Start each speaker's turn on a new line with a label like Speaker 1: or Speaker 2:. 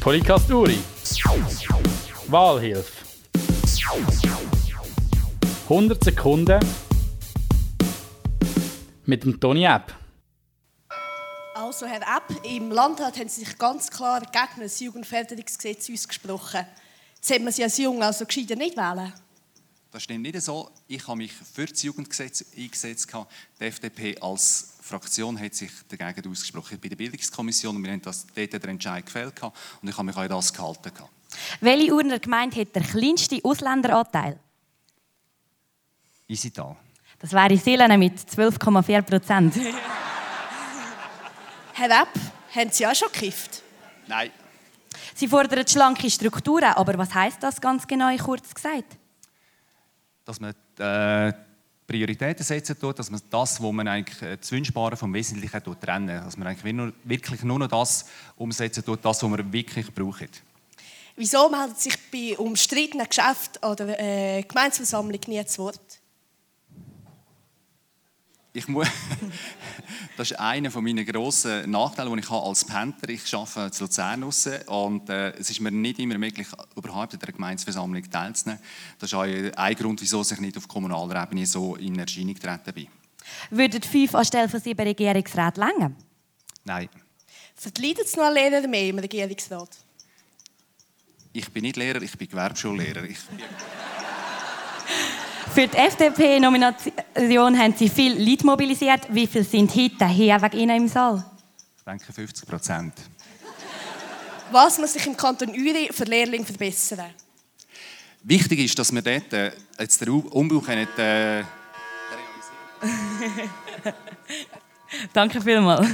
Speaker 1: Podcast Uri. Wahlhilfe. 100 Sekunden mit dem Toni App.
Speaker 2: Also, Herr Epp, im Landrat haben Sie sich ganz klar gegen das Jugendförderungsgesetz ausgesprochen. Jetzt hat man Sie als Jung also gescheiter nicht wählen.
Speaker 3: Das stimmt nicht so. Ich habe mich für das Jugendgesetz eingesetzt. Die FDP als Fraktion hat sich dagegen ausgesprochen bei der Bildungskommission. und Wir haben das, dort den Entscheid gefällt und ich habe mich auch an das gehalten.
Speaker 4: Welche Urner Gemeinde hat den kleinsten Ausländeranteil?
Speaker 3: Isital.
Speaker 4: Das wäre Silene mit 12,4 Prozent.
Speaker 2: Herr Epp, haben Sie auch schon gekifft?
Speaker 3: Nein.
Speaker 4: Sie fordern schlanke Strukturen, aber was heißt das ganz genau, in kurz gesagt?
Speaker 3: Dass man äh, Prioritäten setzen tut, dass man das, was man eigentlich äh, das Wünschbare vom Wesentlichen tut, trennen. Dass man eigentlich nur, wirklich nur noch das umsetzen tut, das, was man wirklich braucht.
Speaker 2: Wieso meldet sich bei umstrittenen Geschäften an der äh, Gemeindeversammlung nie zu Wort?
Speaker 3: Ich muss, das ist einer meiner grossen Nachteile, den ich habe als Panther Ich arbeite zu Luzern raus und äh, es ist mir nicht immer möglich, überhaupt an der Gemeindeversammlung teilzunehmen. Das ist auch ein Grund, wieso ich nicht auf kommunaler Ebene so in Erscheinung getreten bin.
Speaker 4: Würden fünf anstelle von sieben Regierungsräten länger?
Speaker 3: Nein,
Speaker 2: Verleidet es noch einen Lehrer mehr im Regierungsrat?
Speaker 3: ich bin nicht Lehrer, ich bin Gewerbeschullehrer. Ich,
Speaker 4: Für die FDP-Nomination haben Sie viele Leute mobilisiert. Wie viele sind heute hier wegen Ihnen im Saal?
Speaker 3: ich denke 50 Prozent.
Speaker 2: Was muss sich im Kanton Uri für Lehrlinge verbessern?
Speaker 3: Wichtig ist, dass wir dort äh, jetzt den U- Umbau können, äh,
Speaker 4: Danke vielmals.